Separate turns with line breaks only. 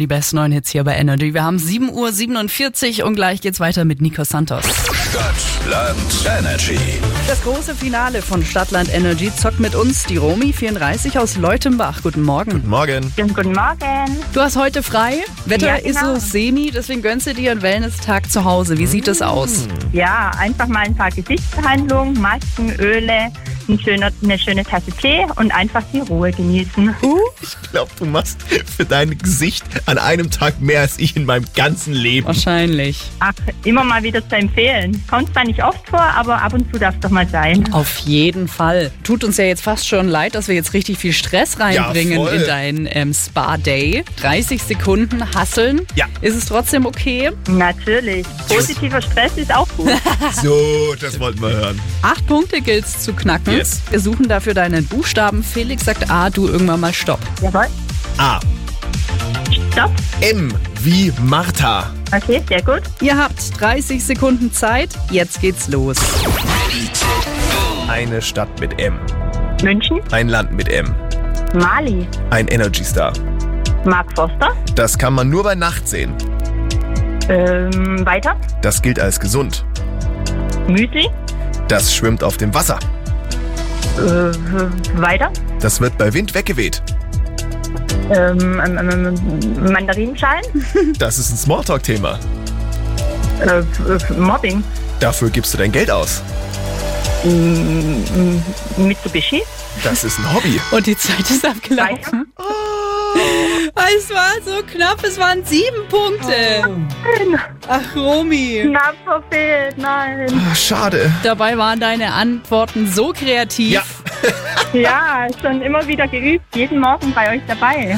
Die besten neuen Hits hier bei Energy. Wir haben 7.47 Uhr und gleich geht's weiter mit Nico Santos.
Stadtland Energy.
Das große Finale von Stadtland Energy zockt mit uns die Romi 34 aus Leutenbach. Guten Morgen.
Morgen.
Schönen guten Morgen.
Du hast heute frei. Wetter
Ja, genau.
ist so semi, deswegen gönnst du dir einen Wellness-Tag zu Hause. Wie sieht es aus?
Mm. Ja, einfach mal ein paar Gesichtsbehandlungen, Masken, Öle, ein schöner, eine schöne Tasse Tee und einfach die Ruhe genießen.
Ich glaube, du machst für dein Gesicht an einem Tag mehr als ich in meinem ganzen Leben.
Wahrscheinlich.
Ach, immer mal wieder zu empfehlen. Kommt zwar nicht oft vor, aber ab und zu darf es doch mal sein.
Auf jeden Fall. Tut uns ja jetzt fast schon leid, dass wir jetzt richtig viel Stress reinbringen
voll.
in deinen ähm, Spa-Day. 30 Sekunden hasseln.
Ja.
Ist es trotzdem okay?
Natürlich. Positiver Stress ist auch gut.
So, das wollten wir hören.
Acht Punkte gilt's zu knacken.
Yes.
Wir suchen dafür deinen Buchstaben. Felix sagt A, du irgendwann mal Stopp.
Jawohl.
A.
Stopp.
M wie Martha.
Okay, sehr gut.
Ihr habt 30 Sekunden Zeit. Jetzt geht's los.
Eine Stadt mit M.
München,
Ein Land mit M.
Mali,
Ein Energy Star.
Mark Foster.
Das kann man nur bei Nacht sehen.
Ähm, weiter.
Das gilt als gesund.
Müsli.
Das schwimmt auf dem Wasser.
Äh, weiter.
Das wird bei Wind weggeweht.
Ähm, ähm, ähm, Mandarinschalen.
Das ist ein Smalltalk-Thema.
Äh, äh, Mobbing.
Dafür gibst du dein Geld aus.
Mitsubishi.
Das ist ein Hobby.
Und die Zeit ist
Weiter.
abgelaufen. Es war so knapp. Es waren sieben Punkte. Ach, Romy.
Na, verfehlt. Nein.
Ah, Schade.
Dabei waren deine Antworten so kreativ.
Ja.
Ja, schon immer wieder geübt, jeden Morgen bei euch dabei.